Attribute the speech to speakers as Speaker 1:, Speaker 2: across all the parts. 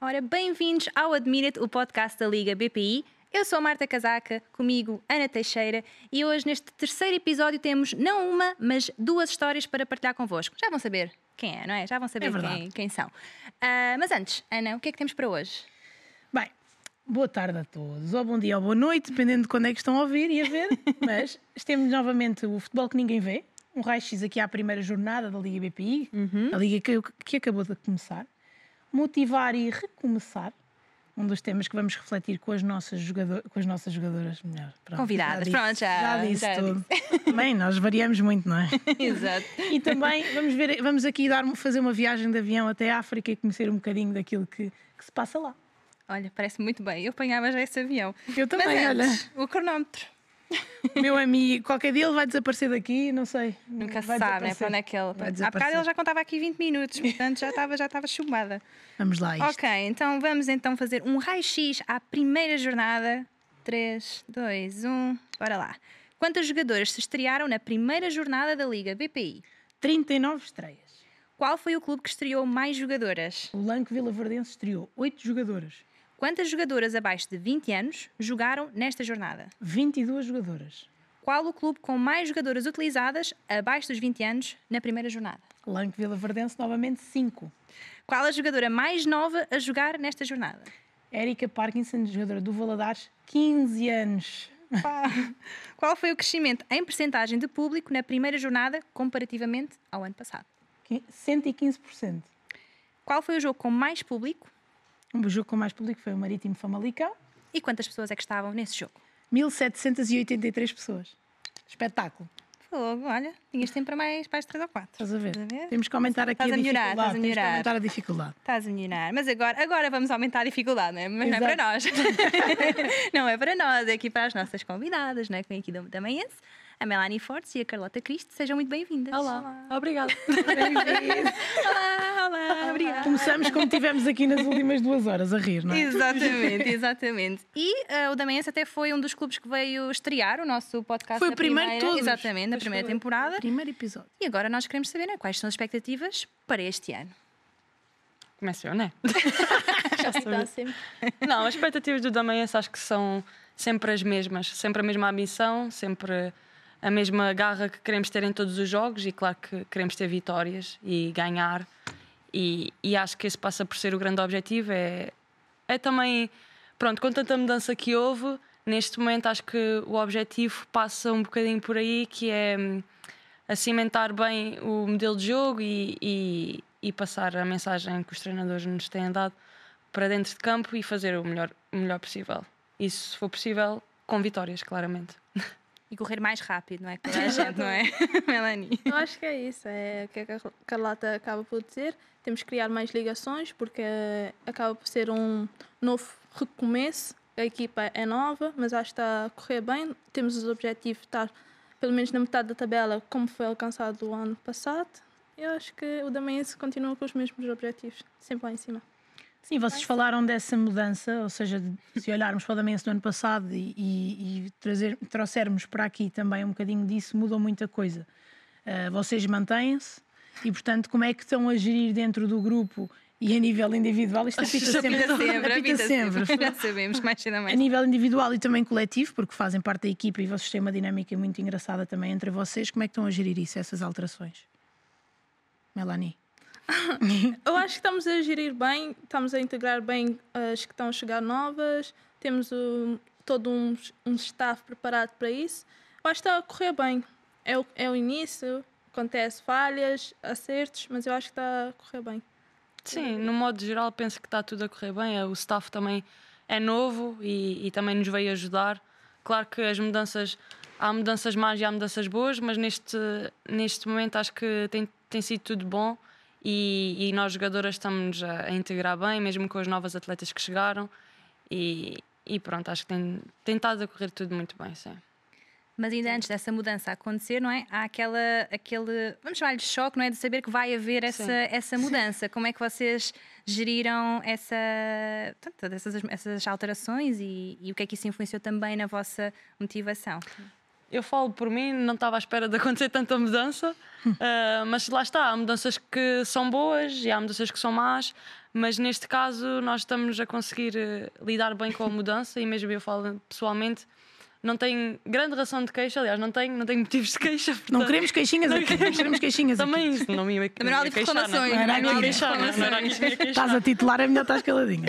Speaker 1: Ora, bem-vindos ao Admira-te, o podcast da Liga BPI. Eu sou a Marta Casaca, comigo Ana Teixeira, e hoje neste terceiro episódio temos não uma, mas duas histórias para partilhar convosco. Já vão saber quem é, não é? Já vão saber
Speaker 2: É verdade.
Speaker 1: quem, quem são. Ah, mas antes, Ana, o que é que temos para hoje?
Speaker 2: Bem, boa tarde a todos, ou bom dia ou boa noite, dependendo de quando é que estão a ouvir e a ver. Mas temos novamente o futebol que ninguém vê, um raio-x aqui à primeira jornada da Liga BPI,
Speaker 1: Uhum.
Speaker 2: a liga que, que acabou de começar. Motivar e recomeçar, um dos temas que vamos refletir com as nossas, jogado- com as nossas jogadoras melhor. pronto,
Speaker 1: Convidadas,
Speaker 2: disse-
Speaker 1: pronto, já-
Speaker 2: já disse
Speaker 1: já
Speaker 2: tudo. Bem, nós variamos muito, não é?
Speaker 1: Exato.
Speaker 2: E também vamos, ver, vamos aqui dar, fazer uma viagem de avião até a África e conhecer um bocadinho daquilo que, que se passa lá.
Speaker 1: Olha, parece muito bem. Eu apanhava já esse avião.
Speaker 2: Eu também,
Speaker 1: mas
Speaker 2: olha.
Speaker 1: antes, O cronómetro.
Speaker 2: Meu amigo, qualquer dia ele vai desaparecer daqui, não sei.
Speaker 1: Nunca se
Speaker 2: Vai
Speaker 1: sabe, né?
Speaker 2: desaparecer.
Speaker 1: Para onde é que ele.
Speaker 2: Vai
Speaker 1: Há bocado
Speaker 2: desaparecer.
Speaker 1: ele já contava aqui 20 minutos, portanto já estava já estava chumada.
Speaker 2: Vamos lá, isto.
Speaker 1: Ok, então vamos então fazer um raio-x à primeira jornada. 3, 2, 1, bora lá. Quantas jogadoras se estrearam na primeira jornada da Liga BPI?
Speaker 2: 39 estreias.
Speaker 1: Qual foi o clube que estreou mais jogadoras?
Speaker 2: O Lanco Vila Verdense estreou 8 jogadoras,
Speaker 1: Quantas jogadoras abaixo de 20 anos jogaram nesta jornada?
Speaker 2: 22 jogadoras.
Speaker 1: Qual o clube com mais jogadoras utilizadas abaixo dos 20 anos na primeira jornada?
Speaker 2: Lanco Vila Verdense, novamente 5.
Speaker 1: Qual a jogadora mais nova a jogar nesta jornada?
Speaker 2: Érica Parkinson, jogadora do Valadares, 15 anos.
Speaker 1: Qual foi o crescimento em percentagem de público na primeira jornada comparativamente ao ano passado?
Speaker 2: Qui- 115%.
Speaker 1: Qual foi o jogo com mais público
Speaker 2: Um jogo com mais público foi o Marítimo Famalicão,
Speaker 1: e quantas pessoas é que estavam nesse jogo?
Speaker 2: 1783 pessoas. Espetáculo.
Speaker 1: Fogo, olha, tinhas tempo para mais, para as 3 ou 4.
Speaker 2: Estás a ver?
Speaker 1: Estás a ver?
Speaker 2: Temos que aumentar aqui
Speaker 1: Estás
Speaker 2: a,
Speaker 1: a melhorar,
Speaker 2: dificuldade.
Speaker 1: estás a
Speaker 2: Temos que
Speaker 1: melhorar.
Speaker 2: aumentar a dificuldade.
Speaker 1: Estás a melhorar, mas agora, agora vamos aumentar a dificuldade, não é? Mas não é para nós. não é para nós, é aqui para as nossas convidadas, não é? Que vem aqui do- também esse, a Melanie Fortes e a Carlota Cristo. Sejam muito bem-vindas.
Speaker 3: Olá, obrigada.
Speaker 1: Olá, olá, obrigada.
Speaker 2: Começamos como tivemos aqui nas últimas duas horas a rir, não é?
Speaker 1: Exatamente, exatamente. E ah, o Damense até foi um dos clubes que veio estrear o nosso podcast.
Speaker 2: Foi o
Speaker 1: na
Speaker 2: primeiro de
Speaker 1: primeira,
Speaker 2: todos.
Speaker 1: Exatamente, na
Speaker 2: Pois
Speaker 1: primeira
Speaker 2: foi.
Speaker 1: temporada.
Speaker 2: Primeiro episódio.
Speaker 1: E agora nós queremos saber né, quais são as expectativas para este ano.
Speaker 3: Começo eu, não é?
Speaker 4: Já está sempre.
Speaker 3: Não, as expectativas do Damanhense acho que são sempre as mesmas. Sempre a mesma ambição, sempre a mesma garra que queremos ter em todos os jogos e, claro, que queremos ter vitórias e ganhar. E, e acho que esse passa por ser o grande objetivo. É, é também, pronto, com tanta mudança que houve, neste momento acho que o objetivo passa um bocadinho por aí, que é hum, a cimentar bem o modelo de jogo e, e, e passar a mensagem que os treinadores nos têm dado para dentro de campo e fazer o melhor, o melhor possível. E se for possível, com vitórias, claramente.
Speaker 1: E correr mais rápido, não é? Que toda a gente, não é? Melanie.
Speaker 4: Eu acho que é isso, é o que a Car- Carlota acaba por dizer. Temos que criar mais ligações, porque eh, acaba por ser um novo recomeço. A equipa é nova, mas acho que está a correr bem. Temos os objetivos de estar pelo menos na metade da tabela, como foi alcançado o ano passado. Eu acho que o Damense continua com os mesmos objetivos, sempre lá em cima.
Speaker 2: Sim, vocês falaram dessa mudança, ou seja, de- se olharmos para o Damense do ano passado e, e- e trazer, trouxermos para aqui também um bocadinho disso, mudou muita coisa. Ah, vocês mantêm-se e, portanto, como é que estão a gerir dentro do grupo e a nível individual? Isto apita sempre.
Speaker 1: Apita sempre,
Speaker 2: apita sempre.
Speaker 1: Já sabemos, mais cedo ou
Speaker 2: A
Speaker 1: mais.
Speaker 2: nível individual e também coletivo, porque fazem parte da equipa e vocês têm uma dinâmica é muito engraçada também entre vocês, como é que estão a gerir isso, essas alterações? Melanie?
Speaker 4: Eu acho que estamos a gerir bem, estamos a integrar bem as que estão a chegar novas, temos um- todo um, um staff preparado para isso. Eu acho que está a correr bem. É o, é o início, acontece falhas, acertos, mas eu acho que está a correr bem.
Speaker 3: Sim, no modo geral, penso que está tudo a correr bem. O staff também é novo e, e também nos veio ajudar. Claro que as mudanças, há mudanças más e há mudanças boas, mas neste, neste momento acho que tem, tem sido tudo bom e, e nós jogadoras estamos a, a integrar bem, mesmo com as novas atletas que chegaram. E, e pronto, acho que tem, tem estado a correr tudo muito bem, sim.
Speaker 1: Mas ainda antes dessa mudança acontecer, não é? Há aquela, aquele, vamos chamar-lhe de choque, não é? De saber que vai haver essa,
Speaker 3: Sim.
Speaker 1: essa mudança. Como é que vocês geriram essa, portanto, todas essas, essas alterações e, e o que é que isso influenciou também na vossa motivação?
Speaker 3: Eu falo por mim, não estava à espera de acontecer tanta mudança,
Speaker 1: Hum.
Speaker 3: ah, mas lá está, há mudanças que são boas e há mudanças que são más, mas neste caso nós estamos a conseguir eh, lidar bem com a mudança e mesmo eu falo pessoalmente, não tenho grande razão de queixa, aliás, não tenho, não tenho motivos de queixa.
Speaker 2: Não
Speaker 3: portanto,
Speaker 2: queremos queixinhas aqui, não queremos queixinhas aqui.
Speaker 3: Também isso, não me ia,
Speaker 1: Também não há
Speaker 3: não ia
Speaker 1: livro de
Speaker 3: queixar, não.
Speaker 1: reclamações. não há livro de
Speaker 2: Não era aqui.
Speaker 3: Não, não era
Speaker 1: reclamações.
Speaker 3: aqui, não ia queixar.
Speaker 2: Estás a titular, é melhor estás caladinha.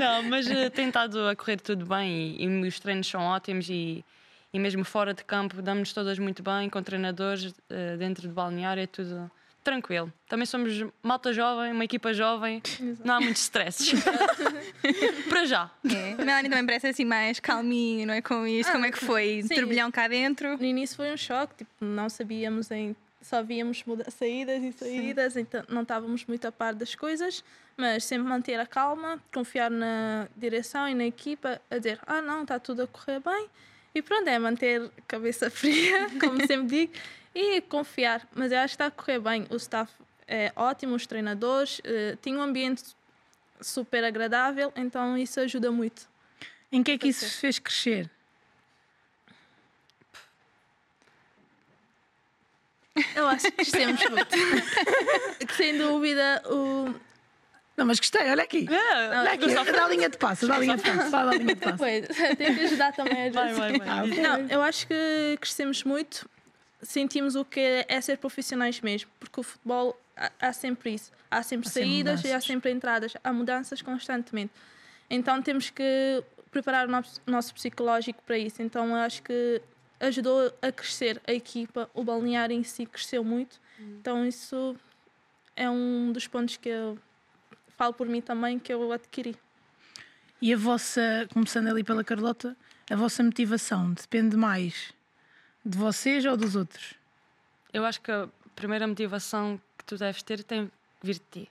Speaker 3: Não, mas eh, tem estado a correr tudo bem e, e os treinos são ótimos e, e mesmo fora de campo damos todas muito bem com treinadores eh, dentro de balneário, é tudo tranquilo. Também somos malta jovem, uma equipa jovem, não há muitos stresses. Para já.
Speaker 1: É. A Melanie também parece assim mais calminha, não é? Com isto, como é que foi?
Speaker 4: Ah, sim.
Speaker 1: Turbilhão cá dentro.
Speaker 4: No início foi um choque, tipo, não sabíamos em. Só víamos muda- saídas e saídas, então não estávamos muito a par das coisas, mas sempre manter a calma, confiar na direção e na equipa, a dizer: ah, não, está tudo a correr bem. E pronto, é manter a cabeça fria, como sempre digo, e confiar. Mas eu acho que está a correr bem, o staff é ótimo, os treinadores, eh, tinha um ambiente super agradável, então isso ajuda muito.
Speaker 2: Em que é que isso vos fez crescer?
Speaker 4: Eu acho que crescemos muito. Que, Sem dúvida, o,
Speaker 2: Não, mas gostei, olha aqui. Olha aqui, dá a linha de passo, dá a linha de passo, dá a linha de Ah, passo.
Speaker 4: Pois, tem que ajudar também às
Speaker 3: Vai,
Speaker 4: vezes.
Speaker 3: vai, vai.
Speaker 4: Não, eu acho que crescemos muito, sentimos o que é ser profissionais mesmo, porque o futebol há, há sempre isso. Há sempre
Speaker 2: Há sempre
Speaker 4: saídas e há
Speaker 2: mudanças.
Speaker 4: sempre entradas, há mudanças constantemente. Então temos que preparar o nosso, nosso psicológico para isso. Então eu acho que ajudou a crescer a equipa, o balneário em si cresceu muito. Então isso é um dos pontos que eu falo por mim também que eu adquiri.
Speaker 2: E a vossa, começando ali pela Carlota, a vossa motivação depende mais de vocês ou dos outros?
Speaker 3: Eu acho que a primeira motivação que tu deves ter tem que vir de ti.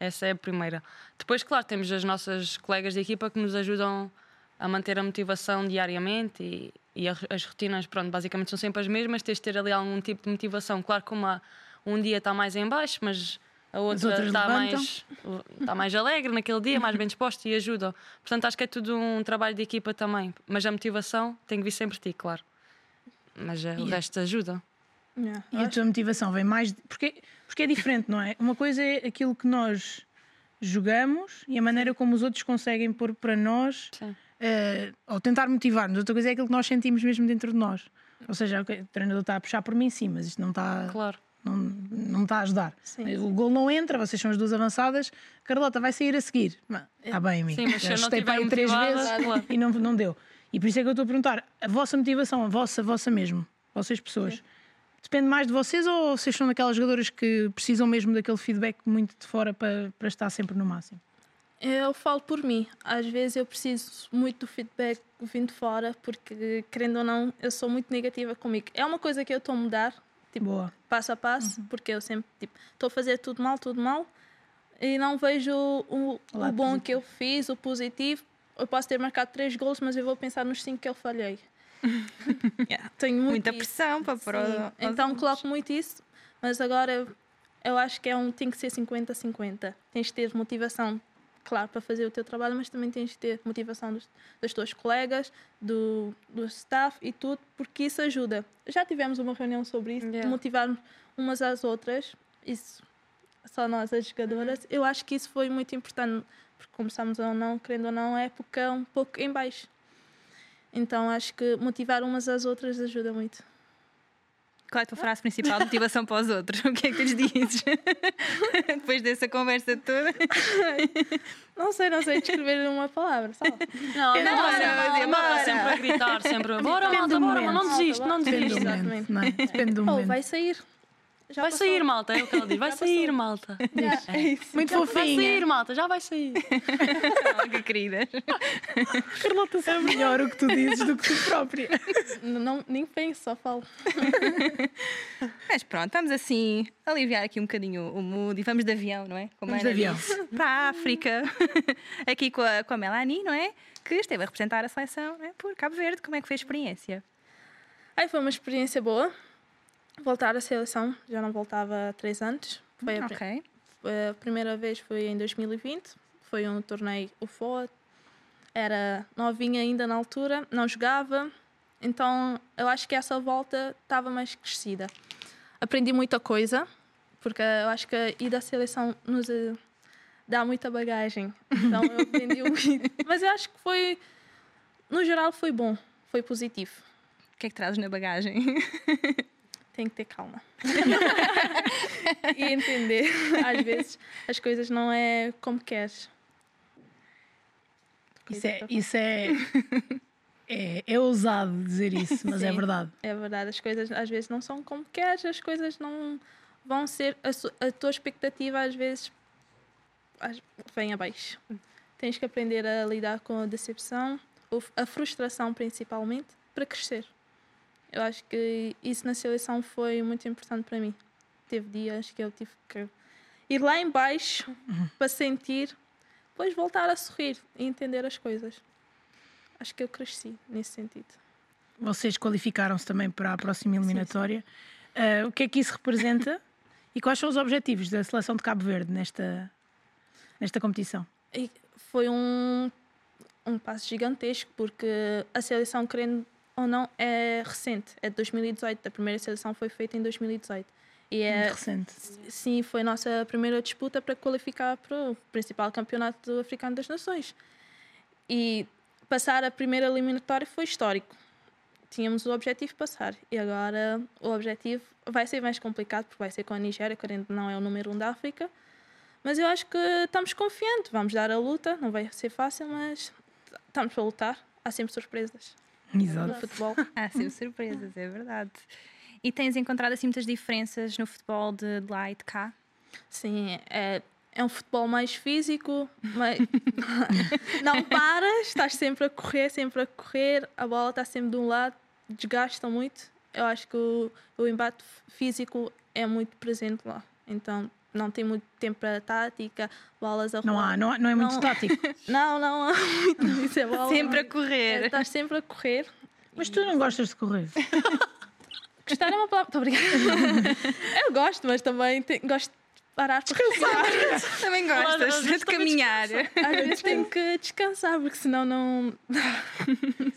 Speaker 3: Essa é a primeira. Depois, claro, temos as nossas colegas de equipa que nos ajudam a manter a motivação diariamente e, e a- as rotinas, pronto, basicamente são sempre as mesmas. Tens de ter ali algum tipo de motivação. Claro que uma, um dia está mais em baixo, mas a outra
Speaker 2: outras
Speaker 3: está
Speaker 2: levantam.
Speaker 3: mais, está mais alegre naquele dia, mais bem disposta e ajuda. Portanto, acho que é tudo um trabalho de equipa também. Mas a motivação tem que vir sempre de ti, claro. Mas eh, o resto ajuda.
Speaker 4: Yeah,
Speaker 2: E a tua motivação vem mais. de- Porque, porque é diferente, não é? Uma coisa é aquilo que nós jogamos e a maneira como os outros conseguem pôr para nós
Speaker 3: Sim.
Speaker 2: eh, ou tentar motivar-nos. Outra coisa é aquilo que nós sentimos mesmo dentro de nós. Ou seja, ok, o treinador está a puxar por mim, sim, mas isto não está,
Speaker 3: Claro.
Speaker 2: não, não me está a ajudar.
Speaker 4: Sim,
Speaker 2: O gol não entra, vocês são as duas avançadas. Carlota vai sair a seguir. Mas, Está bem, amigo.
Speaker 3: É. Sim, mas se
Speaker 2: Já
Speaker 3: eu não
Speaker 2: chutei para aí
Speaker 3: tiver um
Speaker 2: três
Speaker 3: motivada,
Speaker 2: vezes
Speaker 3: claro.
Speaker 2: e não, não deu. E por isso é que eu estou a perguntar: a vossa motivação, a vossa, a vossa mesmo, vocês pessoas, depende mais de vocês ou vocês são daquelas jogadoras que precisam mesmo daquele feedback muito de fora para, para estar sempre no máximo?
Speaker 4: Eu falo por mim. Às vezes eu preciso muito do feedback vindo fora, porque, querendo ou não, eu sou muito negativa comigo. É uma coisa que eu estou a mudar, tipo,
Speaker 2: Boa.
Speaker 4: passo a passo, porque eu sempre tipo, estou a fazer tudo mal, tudo mal, e não vejo o, o
Speaker 2: lado
Speaker 4: bom que eu fiz, o positivo. Eu posso ter marcado três gols, mas eu vou pensar nos cinco que eu falhei. Yeah, tenho muito
Speaker 1: Muita
Speaker 4: isso.
Speaker 1: pressão para pôr ao-
Speaker 4: Sim,
Speaker 1: aos
Speaker 4: Então
Speaker 1: outros.
Speaker 4: coloco muito isso, mas agora eu- eu acho que é um, tem que ser 50-50. Tens de ter motivação, claro, para fazer o teu trabalho, mas também tens de ter motivação dos, dos teus colegas, do, do staff e tudo, porque isso ajuda. Já tivemos uma reunião sobre isso, de
Speaker 3: Yeah.
Speaker 4: motivarmos umas às outras, isso só nós as jogadoras.
Speaker 1: Uhum.
Speaker 4: Eu acho que isso foi muito importante, porque começámos ou não, querendo ou não, a época um pouco em baixo. Então acho que motivar umas às outras ajuda muito.
Speaker 1: Qual é a tua frase principal de motivação para os outros? O que é que tu lhes dizes? Depois dessa conversa toda.
Speaker 4: Não sei, não sei descrever numa palavra, sabe?
Speaker 3: Não, não,
Speaker 1: Bora,
Speaker 3: não,
Speaker 1: bora.
Speaker 3: não, não, sempre a gritar, sempre. Bora,
Speaker 2: Depende
Speaker 3: malta,
Speaker 2: do
Speaker 3: bora,
Speaker 2: momento.
Speaker 3: não desiste, não
Speaker 2: Depende do
Speaker 3: desiste.
Speaker 2: momento,
Speaker 4: Exatamente.
Speaker 2: não é? Depende do
Speaker 4: Ou
Speaker 2: momento.
Speaker 4: vai sair. Já
Speaker 3: Vai
Speaker 4: passou.
Speaker 3: sair, malta, é o que ela diz. Vai
Speaker 4: Já passou.
Speaker 3: sair, malta.
Speaker 4: Já, é isso.
Speaker 2: Muito
Speaker 3: Vai
Speaker 2: fofinha.
Speaker 3: sair, malta, já vai sair.
Speaker 1: Oh, que querida.
Speaker 2: Carlota, sabe melhor o que tu dizes do que tu própria.
Speaker 4: N- Não, nem penso, só falo.
Speaker 1: Mas pronto, vamos assim aliviar aqui um bocadinho o mood e vamos de avião, não é? Como
Speaker 2: Vamos
Speaker 1: a
Speaker 2: de
Speaker 1: Ana
Speaker 2: avião.
Speaker 1: disse, Para a África. aqui com a, com a Melanie, não é? Que esteve a representar a seleção não é? por Cabo Verde. Como é que foi a experiência?
Speaker 4: Aí foi uma experiência boa. Voltar à seleção, já não voltava há três anos.
Speaker 2: É,
Speaker 4: Foi
Speaker 3: Ah,
Speaker 4: a, pri-
Speaker 1: Ok.
Speaker 4: a primeira vez foi em 2020. Foi um torneio UFOA. Era novinha ainda na altura, não jogava. Então eu acho que essa volta estava mais crescida. Aprendi muita coisa, porque eu acho que a ir da seleção nos eh, dá muita bagagem. Então eu aprendi muito. Mas eu acho que foi, no geral, foi bom, foi positivo.
Speaker 1: O que é que trazes na bagagem?
Speaker 4: Tem que ter calma. e entender, às vezes, as coisas não é como queres.
Speaker 2: Isso é. Isso é, é, é ousado dizer isso, mas é
Speaker 4: Sim.
Speaker 2: verdade.
Speaker 4: É verdade, as coisas às vezes não são como queres, as coisas não vão ser. A, su- a tua expectativa às vezes às- vem abaixo. Tens que aprender a lidar com a decepção, ou f- a frustração principalmente, para crescer. Eu acho que isso na seleção foi muito importante para mim. Teve dias que eu tive que ir lá embaixo para sentir, depois voltar a sorrir e entender as coisas. Acho que eu cresci nesse sentido.
Speaker 2: Vocês qualificaram-se também para a próxima eliminatória. Ah, o que é que isso representa e quais são os objetivos da seleção de Cabo Verde nesta, nesta competição?
Speaker 4: E foi um, um passo gigantesco, porque a seleção, querendo ou não, é recente, é de 2018. A primeira seleção foi feita em 2018. E
Speaker 2: Muito
Speaker 4: é,
Speaker 2: recente.
Speaker 4: sim, foi a nossa primeira disputa para qualificar para o principal campeonato africano das nações. E passar a primeira eliminatória foi histórico. Tínhamos o objetivo de passar e agora o objetivo vai ser mais complicado porque vai ser com a Nigéria, que ainda não é o número um da África. Mas eu acho que estamos confiantes, vamos dar a luta, não vai ser fácil, mas t- estamos para lutar. Há sempre surpresas no
Speaker 2: Exato.
Speaker 4: futebol.
Speaker 1: Há sempre surpresas, é verdade. E tens encontrado assim muitas diferenças no futebol de, de lá e de cá?
Speaker 4: Sim, é, é um futebol mais físico, mas não paras, estás sempre a correr, sempre a correr, a bola está sempre de um lado, desgasta muito. Eu acho que o, o embate físico é muito presente lá, então não tem muito tempo para tática, bolas a
Speaker 2: Não
Speaker 4: rolar.
Speaker 2: há, não, há- não é muito
Speaker 4: Não.
Speaker 2: tático.
Speaker 4: Não, não há muito disso, é bola. É,
Speaker 1: Sempre a correr.
Speaker 4: Estás sempre a correr.
Speaker 2: Mas tu não gostas de correr.
Speaker 4: Gostar é uma palavra. Tô brincando. Eu gosto, mas também te- gosto de parar para
Speaker 1: Então, Também
Speaker 3: Olá, nós
Speaker 1: gostas de
Speaker 3: estamos
Speaker 1: caminhar.
Speaker 4: Às vezes tenho que descansar, porque senão não.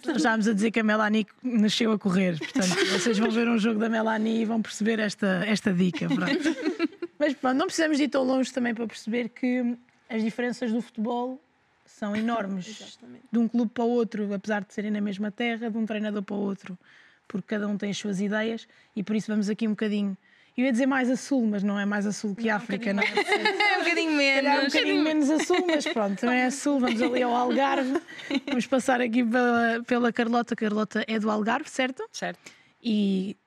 Speaker 2: Nós estávamos Então a dizer que a Melanie nasceu a correr. Portanto, vocês vão ver um jogo da Melanie e vão perceber esta, esta dica. pronto. Mas pronto, não precisamos de ir tão longe também para perceber que as diferenças do futebol são enormes.
Speaker 4: Exatamente.
Speaker 2: de um clube para o outro, apesar de serem na mesma terra, de um treinador para o outro, porque cada um tem as suas ideias e por isso vamos aqui um bocadinho. Eu ia dizer mais a sul, mas não é mais a sul que a África, não é?
Speaker 1: É um bocadinho
Speaker 2: É um
Speaker 1: menos.
Speaker 2: bocadinho menos a sul, mas pronto, também é a sul, vamos ali ao Algarve. Vamos passar aqui pela, pela Carlota. Carlota é do Algarve, certo?
Speaker 3: Certo.
Speaker 2: E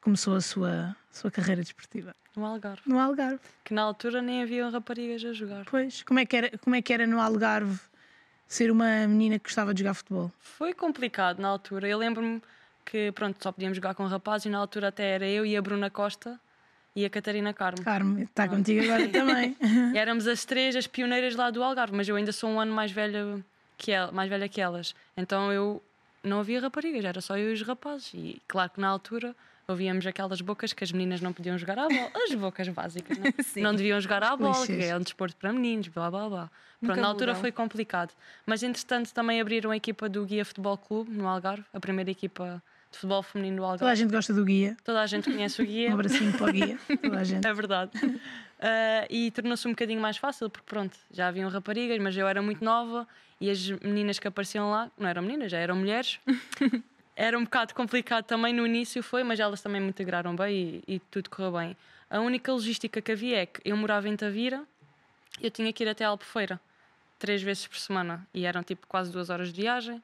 Speaker 2: começou a sua, sua carreira desportiva
Speaker 3: No Algarve.
Speaker 2: no Algarve.
Speaker 3: Que na altura nem havia raparigas a jogar.
Speaker 2: Pois, como é que era, como é que era no Algarve ser uma menina que gostava de jogar futebol?
Speaker 3: Foi complicado na altura. Eu lembro-me que pronto, só podíamos jogar com rapazes e na altura até era eu e a Bruna Costa e a Catarina Carmo.
Speaker 2: Carmo, está contigo agora também.
Speaker 3: E éramos as três as pioneiras lá do Algarve, mas eu ainda sou um ano mais velha que, el mais velha que elas. Então eu não havia raparigas, era só eu e os rapazes. E claro que na altura ouvíamos aquelas bocas que as meninas não podiam jogar à bola. As bocas básicas, não, é?
Speaker 1: Sim.
Speaker 3: não deviam jogar à bola, que
Speaker 2: clichês.
Speaker 3: é um desporto para meninos, blá blá blá. Pronto, na altura
Speaker 1: mudam.
Speaker 3: foi complicado. Mas entretanto também abriram a equipa do Guia Futebol Clube no Algarve, a primeira equipa de futebol feminino do
Speaker 2: Toda a
Speaker 3: Algarve.
Speaker 2: gente gosta do guia.
Speaker 3: Toda a gente conhece
Speaker 2: Um
Speaker 3: o Guia.
Speaker 2: abracinho para o guia. Toda a gente.
Speaker 3: É verdade. Ah, e tornou-se um bocadinho mais fácil, porque pronto, já haviam raparigas, mas eu era muito nova e as meninas que apareciam lá, não eram meninas, já eram mulheres. Era um bocado complicado também no início, foi, mas elas também me integraram bem e, e tudo correu bem. A única logística que havia é que eu morava em Tavira e eu tinha que ir até Albufeira três vezes por semana e eram tipo quase duas horas de viagem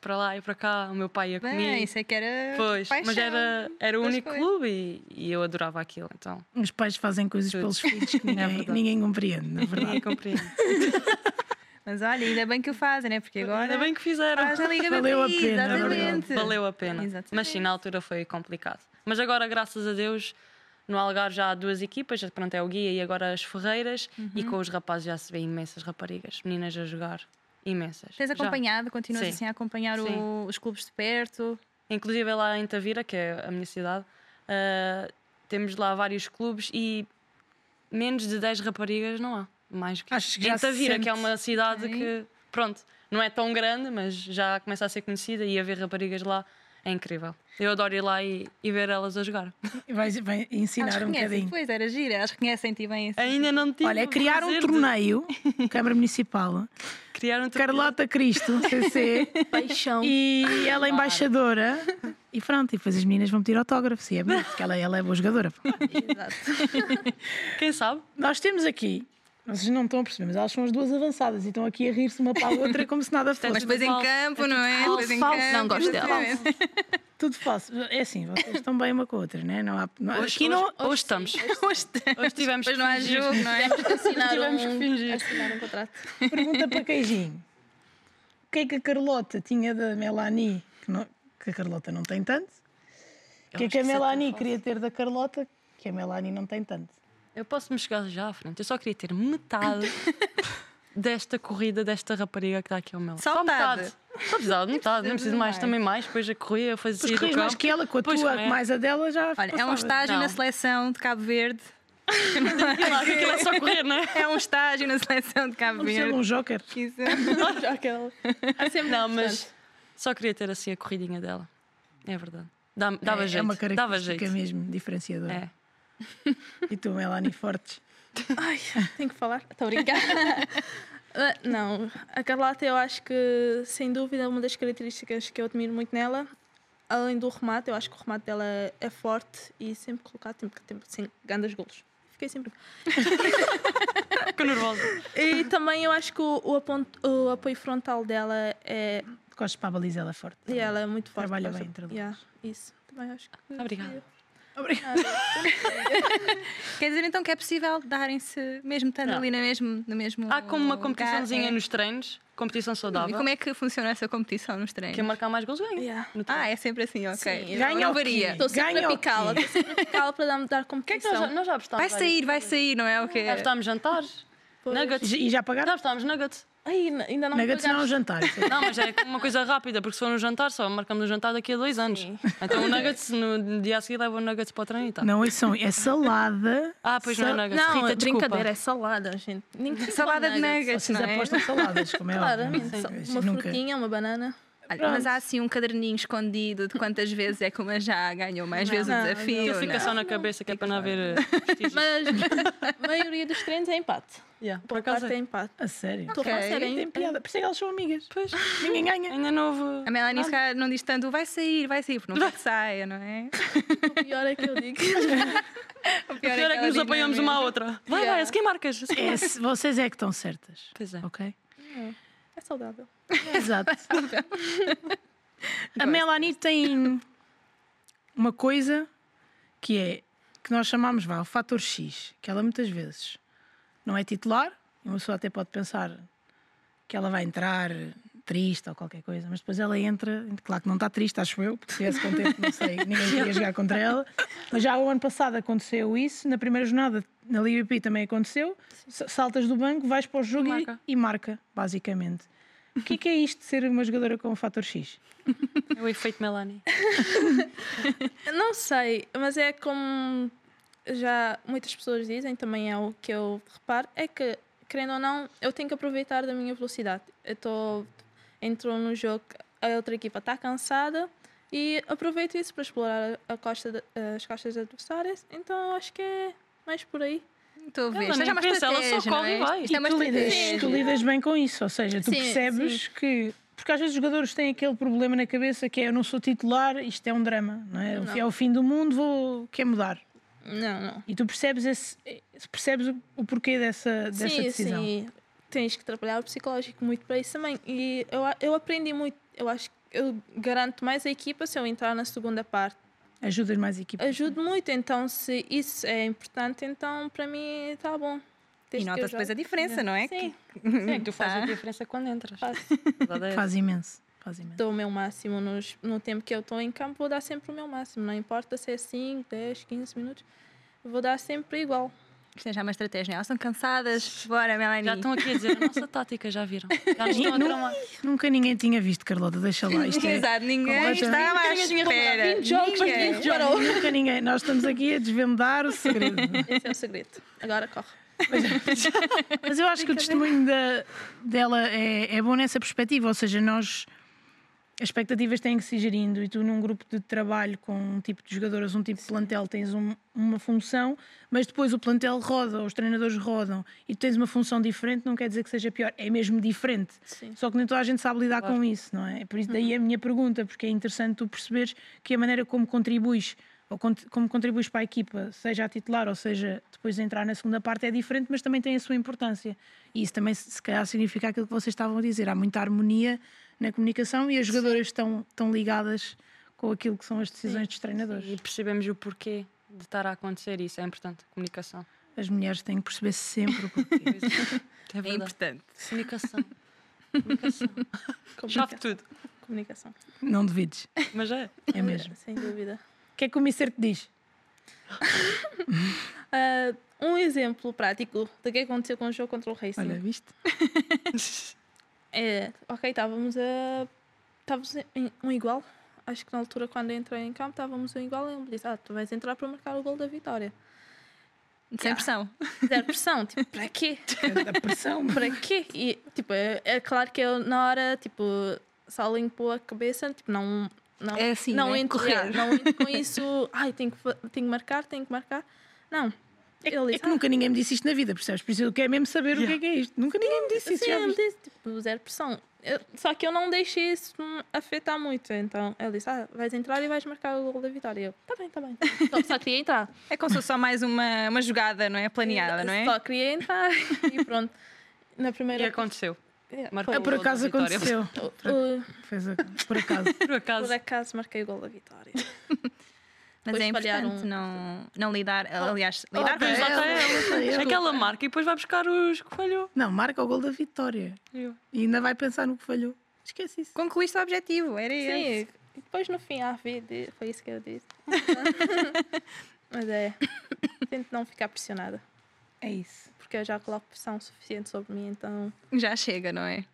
Speaker 3: para lá e para cá. O meu pai ia comigo.
Speaker 1: Bem, isso é que era.
Speaker 3: Pois, mas
Speaker 1: paixão.
Speaker 3: era, era o
Speaker 1: das
Speaker 3: único
Speaker 1: coisas.
Speaker 3: clube e, e eu adorava aquilo, então.
Speaker 2: Os pais fazem coisas
Speaker 3: Tudo. É
Speaker 2: pelos filhos que ninguém,
Speaker 3: verdade.
Speaker 2: ninguém compreende, na verdade.
Speaker 3: Ninguém compreende.
Speaker 1: Mas olha, ainda bem que o fazem, né? Porque agora.
Speaker 3: Ainda bem que fizeram.
Speaker 1: faz a Liga
Speaker 2: Valeu a
Speaker 1: BPI,
Speaker 2: pena, é verdade.
Speaker 1: Exatamente.
Speaker 3: Valeu a pena.
Speaker 1: Ah, Exatamente.
Speaker 3: Mas sim, na altura foi complicado. Mas agora, graças a Deus, no Algarve já há duas equipas, já, pronto, é o Guia e agora as Ferreiras, e
Speaker 1: Uhum.
Speaker 3: com os rapazes já se vê imensas raparigas, meninas a jogar, imensas.
Speaker 1: Tens
Speaker 3: Já.
Speaker 1: acompanhado, continuas
Speaker 3: Sim.
Speaker 1: assim a acompanhar o-
Speaker 3: Sim.
Speaker 1: os clubes de perto.
Speaker 3: Inclusive lá em Tavira, que é a minha cidade, ah, temos lá vários clubes e menos de 10 raparigas não há. Mais que
Speaker 2: Acho que
Speaker 3: em
Speaker 2: já se
Speaker 3: Tavira, que é
Speaker 2: sente.
Speaker 3: uma cidade
Speaker 1: Ok.
Speaker 3: que, pronto, não é tão grande, mas já começa a ser conhecida e haver raparigas lá É incrível. Eu adoro ir lá e, e ver elas a jogar.
Speaker 2: Vai, vai ensinar um bocadinho.
Speaker 1: Pois era gira, elas reconhecem-te bem assim.
Speaker 3: Ainda não tive.
Speaker 2: Olha,
Speaker 3: o
Speaker 2: criar um
Speaker 3: prazer de-
Speaker 2: torneio, Câmara Municipal,
Speaker 3: Criar um torneio.
Speaker 2: Carlota Cristo, CC,
Speaker 4: Paixão.
Speaker 2: e ela é embaixadora. E pronto, e depois as meninas vão pedir autógrafos, e é bonito, porque ela, ela é boa jogadora.
Speaker 4: Exato.
Speaker 3: Quem sabe?
Speaker 2: Nós temos aqui, vocês não estão a perceber, mas elas são as duas avançadas e estão aqui a rir-se uma para a outra como se nada fosse.
Speaker 1: Mas depois em
Speaker 3: Falso.
Speaker 1: campo, não é?
Speaker 4: falso,
Speaker 1: Depois em
Speaker 4: falso.
Speaker 1: campo.
Speaker 4: Não gosto dela.
Speaker 1: exatamente.
Speaker 2: Tudo falso. É assim, vocês estão bem uma com a outra, né? não há. Não, há-
Speaker 3: Hoje,
Speaker 2: aqui não.
Speaker 3: hoje- hoje estamos. Hoje tivemos.
Speaker 1: Depois não há
Speaker 3: que fingir.
Speaker 1: jogo, não é?
Speaker 4: Assinaram
Speaker 3: Tivemos que
Speaker 4: um,
Speaker 3: fingir.
Speaker 4: assinaram um contrato.
Speaker 2: Pergunta para Queijinho: o que é que a Carlota tinha da Melanie, que, não- que a Carlota não tem tanto? O que é
Speaker 3: acho
Speaker 2: que
Speaker 3: que
Speaker 2: a
Speaker 3: isso é tão
Speaker 2: Melanie
Speaker 3: falso.
Speaker 2: queria ter da Carlota, que a Melanie não tem tanto?
Speaker 3: Eu posso me chegar já à frente. Eu só queria ter metade desta corrida, desta rapariga que está aqui ao meu lado.
Speaker 1: Só metade.
Speaker 3: Só precisava de metade,
Speaker 1: precisa
Speaker 3: não preciso
Speaker 1: de
Speaker 3: mais.
Speaker 1: mais.
Speaker 3: Também mais, depois a corrida, eu fazia
Speaker 2: Pois
Speaker 3: sair do
Speaker 2: corrias mais
Speaker 3: campo.
Speaker 2: que ela, com a
Speaker 3: Pois
Speaker 2: tua,
Speaker 3: como é?
Speaker 2: mais a dela, já.
Speaker 1: Olha, é um
Speaker 2: passavas.
Speaker 1: estágio na
Speaker 3: Não.
Speaker 1: seleção de Cabo Verde.
Speaker 3: Claro, que aquilo é só correr, não é?
Speaker 1: É um estágio na seleção de Cabo
Speaker 2: Vamos ser
Speaker 1: Verde.
Speaker 2: um joker.
Speaker 1: Isso.
Speaker 4: Já aquela. Há sempre
Speaker 3: Não,
Speaker 4: bastante.
Speaker 3: mas só queria ter assim a corridinha dela. É verdade. Dá- dava
Speaker 2: é,
Speaker 3: jeito.
Speaker 2: é uma
Speaker 3: dava
Speaker 2: característica
Speaker 3: jeito.
Speaker 2: mesmo diferenciadora.
Speaker 3: É.
Speaker 2: E tu, Melanie Fortes.
Speaker 4: Ai, tenho que falar? Estou a brincar. Ah, Não, a Carlota eu acho que, sem dúvida, é uma das características que eu admiro muito nela, além do remate, eu acho que o remate dela é forte e sempre colocado, sempre, sempre, sem grandes golos. Fiquei sempre.
Speaker 3: Fico nervosa.
Speaker 4: E também eu acho que o, o aponto- o apoio frontal dela é.
Speaker 2: Costas para a baliza, ela é forte.
Speaker 4: E ela é muito forte.
Speaker 2: Trabalha
Speaker 4: por
Speaker 2: bem
Speaker 4: causa-
Speaker 2: entre
Speaker 4: Yeah, Isso, também acho que.
Speaker 3: Obrigada.
Speaker 1: Quer dizer então que é possível darem-se, mesmo estando
Speaker 3: Não.
Speaker 1: ali no mesmo, no mesmo.
Speaker 3: Há como uma
Speaker 1: lugar,
Speaker 3: competiçãozinha
Speaker 1: é.
Speaker 3: nos treinos, competição
Speaker 1: E
Speaker 3: saudável.
Speaker 1: como é que funciona essa competição nos treinos?
Speaker 3: Quem marcar mais gols ganha.
Speaker 4: Yeah.
Speaker 3: No treino.
Speaker 1: Ah, é sempre assim, ok.
Speaker 4: Sim,
Speaker 1: Não-
Speaker 2: ganha
Speaker 1: não
Speaker 2: o quê?
Speaker 1: varia.
Speaker 4: Estou sempre
Speaker 2: Ganha
Speaker 4: a
Speaker 2: o quê?
Speaker 4: picá-la, estou sempre a picá-la para dar, dar
Speaker 3: O que é que nós
Speaker 4: competição.
Speaker 3: já, nós já apostámos?
Speaker 1: Vai sair, vai sair, não é o quê?
Speaker 3: Já apostámos jantares?
Speaker 4: Pois.
Speaker 3: Nuggets?
Speaker 2: E já pagaram?
Speaker 3: Já apostámos nuggets?
Speaker 4: Ai, n- ainda não me
Speaker 2: Nuggets não é um
Speaker 4: pagaste.
Speaker 2: jantar. isso é-
Speaker 3: Não, mas é uma coisa rápida, porque se for no jantar, só marcamos um jantar daqui a dois anos. Então o Nuggets, no no dia a seguir, leva o Nuggets para o treino e tá.
Speaker 2: Não, isso são- é salada.
Speaker 3: Ah, pois não é
Speaker 2: Sal-
Speaker 3: Nuggets.
Speaker 4: Não,
Speaker 3: Rita,
Speaker 4: é brincadeira,
Speaker 3: desculpa.
Speaker 4: é salada, gente. Ninguém
Speaker 1: Salada de
Speaker 4: come nuggets.
Speaker 1: nuggets,
Speaker 2: Vocês
Speaker 1: não é?
Speaker 2: apostam saladas, como é
Speaker 4: Claro,
Speaker 2: óbvio.
Speaker 4: só
Speaker 2: Mas
Speaker 4: uma
Speaker 2: nunca.
Speaker 4: frutinha, uma banana.
Speaker 1: Olha, Mas há assim um caderninho escondido de quantas vezes é que uma já ganhou mais vezes o
Speaker 4: Não,
Speaker 1: desafio.
Speaker 3: Aquilo fica
Speaker 1: não?
Speaker 3: só na cabeça, que é para não haver. eh, vestígios.
Speaker 4: Mas a maioria dos treinos é empate.
Speaker 3: Yeah, por
Speaker 4: Por
Speaker 3: acaso.
Speaker 4: parte é
Speaker 3: é.
Speaker 4: empate.
Speaker 2: A sério.
Speaker 4: Estou a falar
Speaker 1: Ok.
Speaker 4: sério,
Speaker 2: Tem
Speaker 4: hein?
Speaker 2: piada. Por isso é que elas são amigas.
Speaker 3: Pois,
Speaker 2: Ninguém ganha.
Speaker 3: ainda não houve.
Speaker 1: É A Melanie se calhar, não diz tanto, vai sair, vai sair, porque não quer que saia, não é?
Speaker 4: O pior é que eu digo.
Speaker 1: O
Speaker 3: O pior é que
Speaker 1: ela
Speaker 3: nos
Speaker 1: diz
Speaker 3: apanhamos
Speaker 1: mesmo.
Speaker 3: uma à outra. Vai, vai,
Speaker 4: Yeah.
Speaker 3: a seguir marcas. a seguir
Speaker 2: É,
Speaker 3: marcas.
Speaker 2: se- vocês é que estão certas.
Speaker 3: Pois é.
Speaker 2: Ok?
Speaker 4: É saudável.
Speaker 2: Exato. A Melanie tem uma coisa que é que nós chamamos vá, o fator X, que ela muitas vezes não é titular, e uma pessoa até pode pensar que ela vai entrar triste ou qualquer coisa, mas depois ela entra, claro que não está triste, acho eu, porque se tivesse contente, não sei, ninguém queria jogar contra ela. Mas já o ano passado aconteceu isso, na primeira jornada na Liga IP também aconteceu. sa- Saltas do banco, vais para o jogo e-
Speaker 3: Marca.
Speaker 2: E, marca, basicamente. O que é que é isto de ser uma jogadora com o fator X?
Speaker 3: É o efeito Melanie.
Speaker 4: Eu Não sei, mas é como já muitas pessoas dizem, também é o que eu reparo, é que, querendo ou não, eu tenho que aproveitar da minha velocidade. Eu estou. Entro no jogo, a outra equipa está cansada e aproveito isso para explorar a costa de- eh, as costas adversárias, então acho que é mais por aí.
Speaker 1: Estou a ver.
Speaker 3: Ela
Speaker 1: Isto é já
Speaker 3: nem
Speaker 1: uma
Speaker 3: pensa, ela só
Speaker 1: estratégia, não
Speaker 3: corre
Speaker 1: é?
Speaker 3: e vai.
Speaker 1: Isto é
Speaker 2: E
Speaker 1: uma
Speaker 2: tu lidas,
Speaker 1: estratégia.
Speaker 2: tu lidas bem com isso, ou seja, tu
Speaker 4: Sim,
Speaker 2: percebes que. Porque às vezes os jogadores têm aquele problema na cabeça que é eu não sou titular, isto é um drama, não é?
Speaker 4: Não.
Speaker 2: É o fim do mundo, vou. quer mudar.
Speaker 4: Não, não.
Speaker 2: E tu percebes, esse, eh, percebes o- o porquê dessa, dessa
Speaker 4: sim,
Speaker 2: decisão.
Speaker 4: Sim, tens que trabalhar o psicológico muito para isso também. E eu, a- eu aprendi muito. Eu acho que eu garanto mais a equipa se eu entrar na segunda parte.
Speaker 2: Ajudas mais a equipa.
Speaker 4: Ajudo muito, então se isso é importante, então para mim está bom.
Speaker 1: E
Speaker 4: Desde que eu
Speaker 1: nota-se depois a
Speaker 4: jogue.
Speaker 1: diferença, não é?
Speaker 4: Sim,
Speaker 3: É que tu fazes a diferença quando entras.
Speaker 4: faço.
Speaker 3: Verdade é essa.
Speaker 2: Faz imenso. Faz imenso.
Speaker 4: dou o meu máximo nos, no tempo que eu estou em campo, vou dar sempre o meu máximo. Não importa se é 5, 10, 15 minutos, vou dar sempre igual.
Speaker 1: Isto é já uma estratégia, não é? Elas estão cansadas. Bora, Melanie.
Speaker 3: Já estão aqui a dizer a nossa tática, já viram? Já nos estão a
Speaker 2: Nu-
Speaker 3: tramar.
Speaker 2: Nunca ninguém tinha visto, Carlota, deixa lá. Isto é,
Speaker 1: Exato, ninguém
Speaker 2: completamente-
Speaker 1: estava à
Speaker 4: Ninguém tinha jogado
Speaker 1: espera.
Speaker 4: 20 jogos,
Speaker 1: Ninguém.
Speaker 4: ninguém parou.
Speaker 2: nunca ninguém. Nós estamos aqui a desvendar o segredo.
Speaker 4: Esse é o segredo. Agora corre.
Speaker 2: Mas eu acho que o testemunho da- dela é, é bom nessa perspectiva, ou seja, nós as expectativas têm que se ir gerindo e tu num grupo de trabalho com um tipo de jogadoras, um tipo de plantel, tens um- uma função, mas depois o plantel roda, os treinadores rodam e tu tens uma função diferente, não quer dizer que seja pior, é mesmo diferente.
Speaker 4: Sim.
Speaker 2: Só que nem toda a gente sabe lidar com isso, não é? Por isso daí a minha pergunta, porque é interessante tu perceberes que a maneira como contribuis ou cont- como contribuis para a equipa, seja a titular ou seja depois de entrar na segunda parte, é diferente, mas também tem a sua importância. E isso também, se se calhar, significa aquilo que vocês estavam a dizer. Há muita harmonia na comunicação e as jogadoras estão, estão ligadas com aquilo que são as decisões dos treinadores.
Speaker 3: E percebemos o porquê de estar a acontecer isso. É importante a comunicação.
Speaker 2: As mulheres têm que perceber sempre o porquê.
Speaker 3: É
Speaker 1: É
Speaker 3: verdade.
Speaker 1: importante.
Speaker 3: comunicação. comunicação. Chave
Speaker 4: Comunica-
Speaker 3: tudo.
Speaker 4: Comunicação.
Speaker 2: não duvides,
Speaker 3: Mas é.
Speaker 2: é mesmo.
Speaker 4: Sem dúvida.
Speaker 2: O que é que o Mister te diz?
Speaker 4: Ah, um exemplo prático do que aconteceu com o jogo contra o Racing.
Speaker 2: Olha, viste?
Speaker 4: É, ok, estávamos a. Estávamos em um igual. Acho que na altura, quando eu entrei em campo, estávamos um igual e ele me disse: Ah, tu vais entrar para marcar o gol da vitória.
Speaker 1: Sem pressão.
Speaker 4: Zero pressão, tipo, para quê?
Speaker 2: A pressão.
Speaker 4: Para quê? E, tipo, é, é claro que eu, na hora, tipo, só limpou a cabeça, tipo, não. não
Speaker 1: É assim,
Speaker 4: não
Speaker 1: né?
Speaker 4: entro,
Speaker 1: Correr.
Speaker 4: yeah, não entro com isso, ai, tenho que, fa- tenho que marcar, tenho que marcar. Não.
Speaker 2: É, que-
Speaker 4: ele
Speaker 2: é
Speaker 4: disse:
Speaker 2: que nunca ninguém me disse isto na vida, percebes? Por isso eu quero mesmo saber o que é que é isto. Nunca ninguém me disse isso.
Speaker 4: Sim,
Speaker 2: já
Speaker 4: ele
Speaker 2: viste?
Speaker 4: disse, tipo, zero pressão. Eu- só que eu não deixei isso hum, afetar muito. Então, ele disse, ah, vais entrar e vais marcar o gol da vitória. E eu, tá bem, tá bem. Só, só queria entrar.
Speaker 1: É como se fosse só mais uma, uma jogada, não é? Planeada, não é?
Speaker 4: Só queria entrar e pronto. Na primeira...
Speaker 3: E aconteceu.
Speaker 4: Yeah,
Speaker 3: marcou
Speaker 4: foi.
Speaker 2: Ah, por
Speaker 3: Ou da
Speaker 2: acaso
Speaker 3: Vitória.
Speaker 2: aconteceu.
Speaker 4: O-
Speaker 2: Fez a- Por acaso.
Speaker 3: Por acaso.
Speaker 4: Por acaso, marquei o gol da vitória.
Speaker 1: Mas é
Speaker 4: Depois falhar
Speaker 1: importante
Speaker 4: um-
Speaker 1: não, não lidar. Aliás, lidar
Speaker 3: Vamos lá, tá ela.
Speaker 2: Eu.
Speaker 3: Aquela marca e depois vai buscar os que falhou.
Speaker 2: Não, marca o gol da vitória.
Speaker 3: Eu.
Speaker 2: E ainda vai pensar no que falhou. Esquece isso.
Speaker 1: Concluíste é o objetivo, era esse.
Speaker 4: Sim. E depois, no fim, a vida, foi isso que eu disse. Mas é... Tento não ficar pressionada.
Speaker 2: É isso.
Speaker 4: Porque eu já coloco pressão suficiente sobre mim, então...
Speaker 1: Já chega, não é?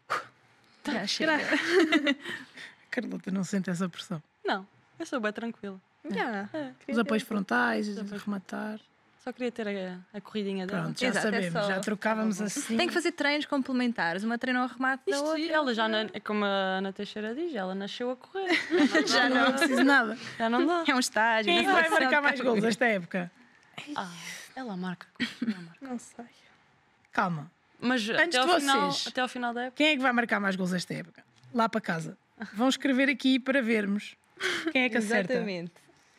Speaker 1: Já chega.
Speaker 2: A Carlota não sente essa pressão.
Speaker 3: Não, eu sou bem tranquila.
Speaker 4: Yeah.
Speaker 2: Os apoios frontais,
Speaker 3: apoios-
Speaker 2: rematar.
Speaker 3: Só queria ter a, a corridinha dela.
Speaker 2: Pronto, já
Speaker 1: Exato, é
Speaker 2: sabemos.
Speaker 1: só-
Speaker 2: Já trocávamos assim.
Speaker 1: Tem que fazer treinos complementares. Uma treina ao remate da
Speaker 3: Isto,
Speaker 1: outra.
Speaker 3: ela já, na- como a Ana Teixeira diz, ela nasceu a correr.
Speaker 2: Já não, é preciso nada.
Speaker 3: Já não dá.
Speaker 1: É um estágio.
Speaker 2: Quem é
Speaker 1: uma
Speaker 2: que vai
Speaker 1: seleção de
Speaker 2: marcar mais
Speaker 1: campo.
Speaker 2: gols esta época?
Speaker 3: Ah, ela marca. ela marca.
Speaker 4: Não sei.
Speaker 2: Calma.
Speaker 3: Mas
Speaker 2: Antes
Speaker 3: até ao,
Speaker 2: de
Speaker 3: final,
Speaker 2: vocês.
Speaker 3: até ao final da época.
Speaker 2: Quem é que vai marcar mais gols esta época? Lá para casa. Vão escrever aqui para vermos quem é que acerta.
Speaker 1: Exatamente.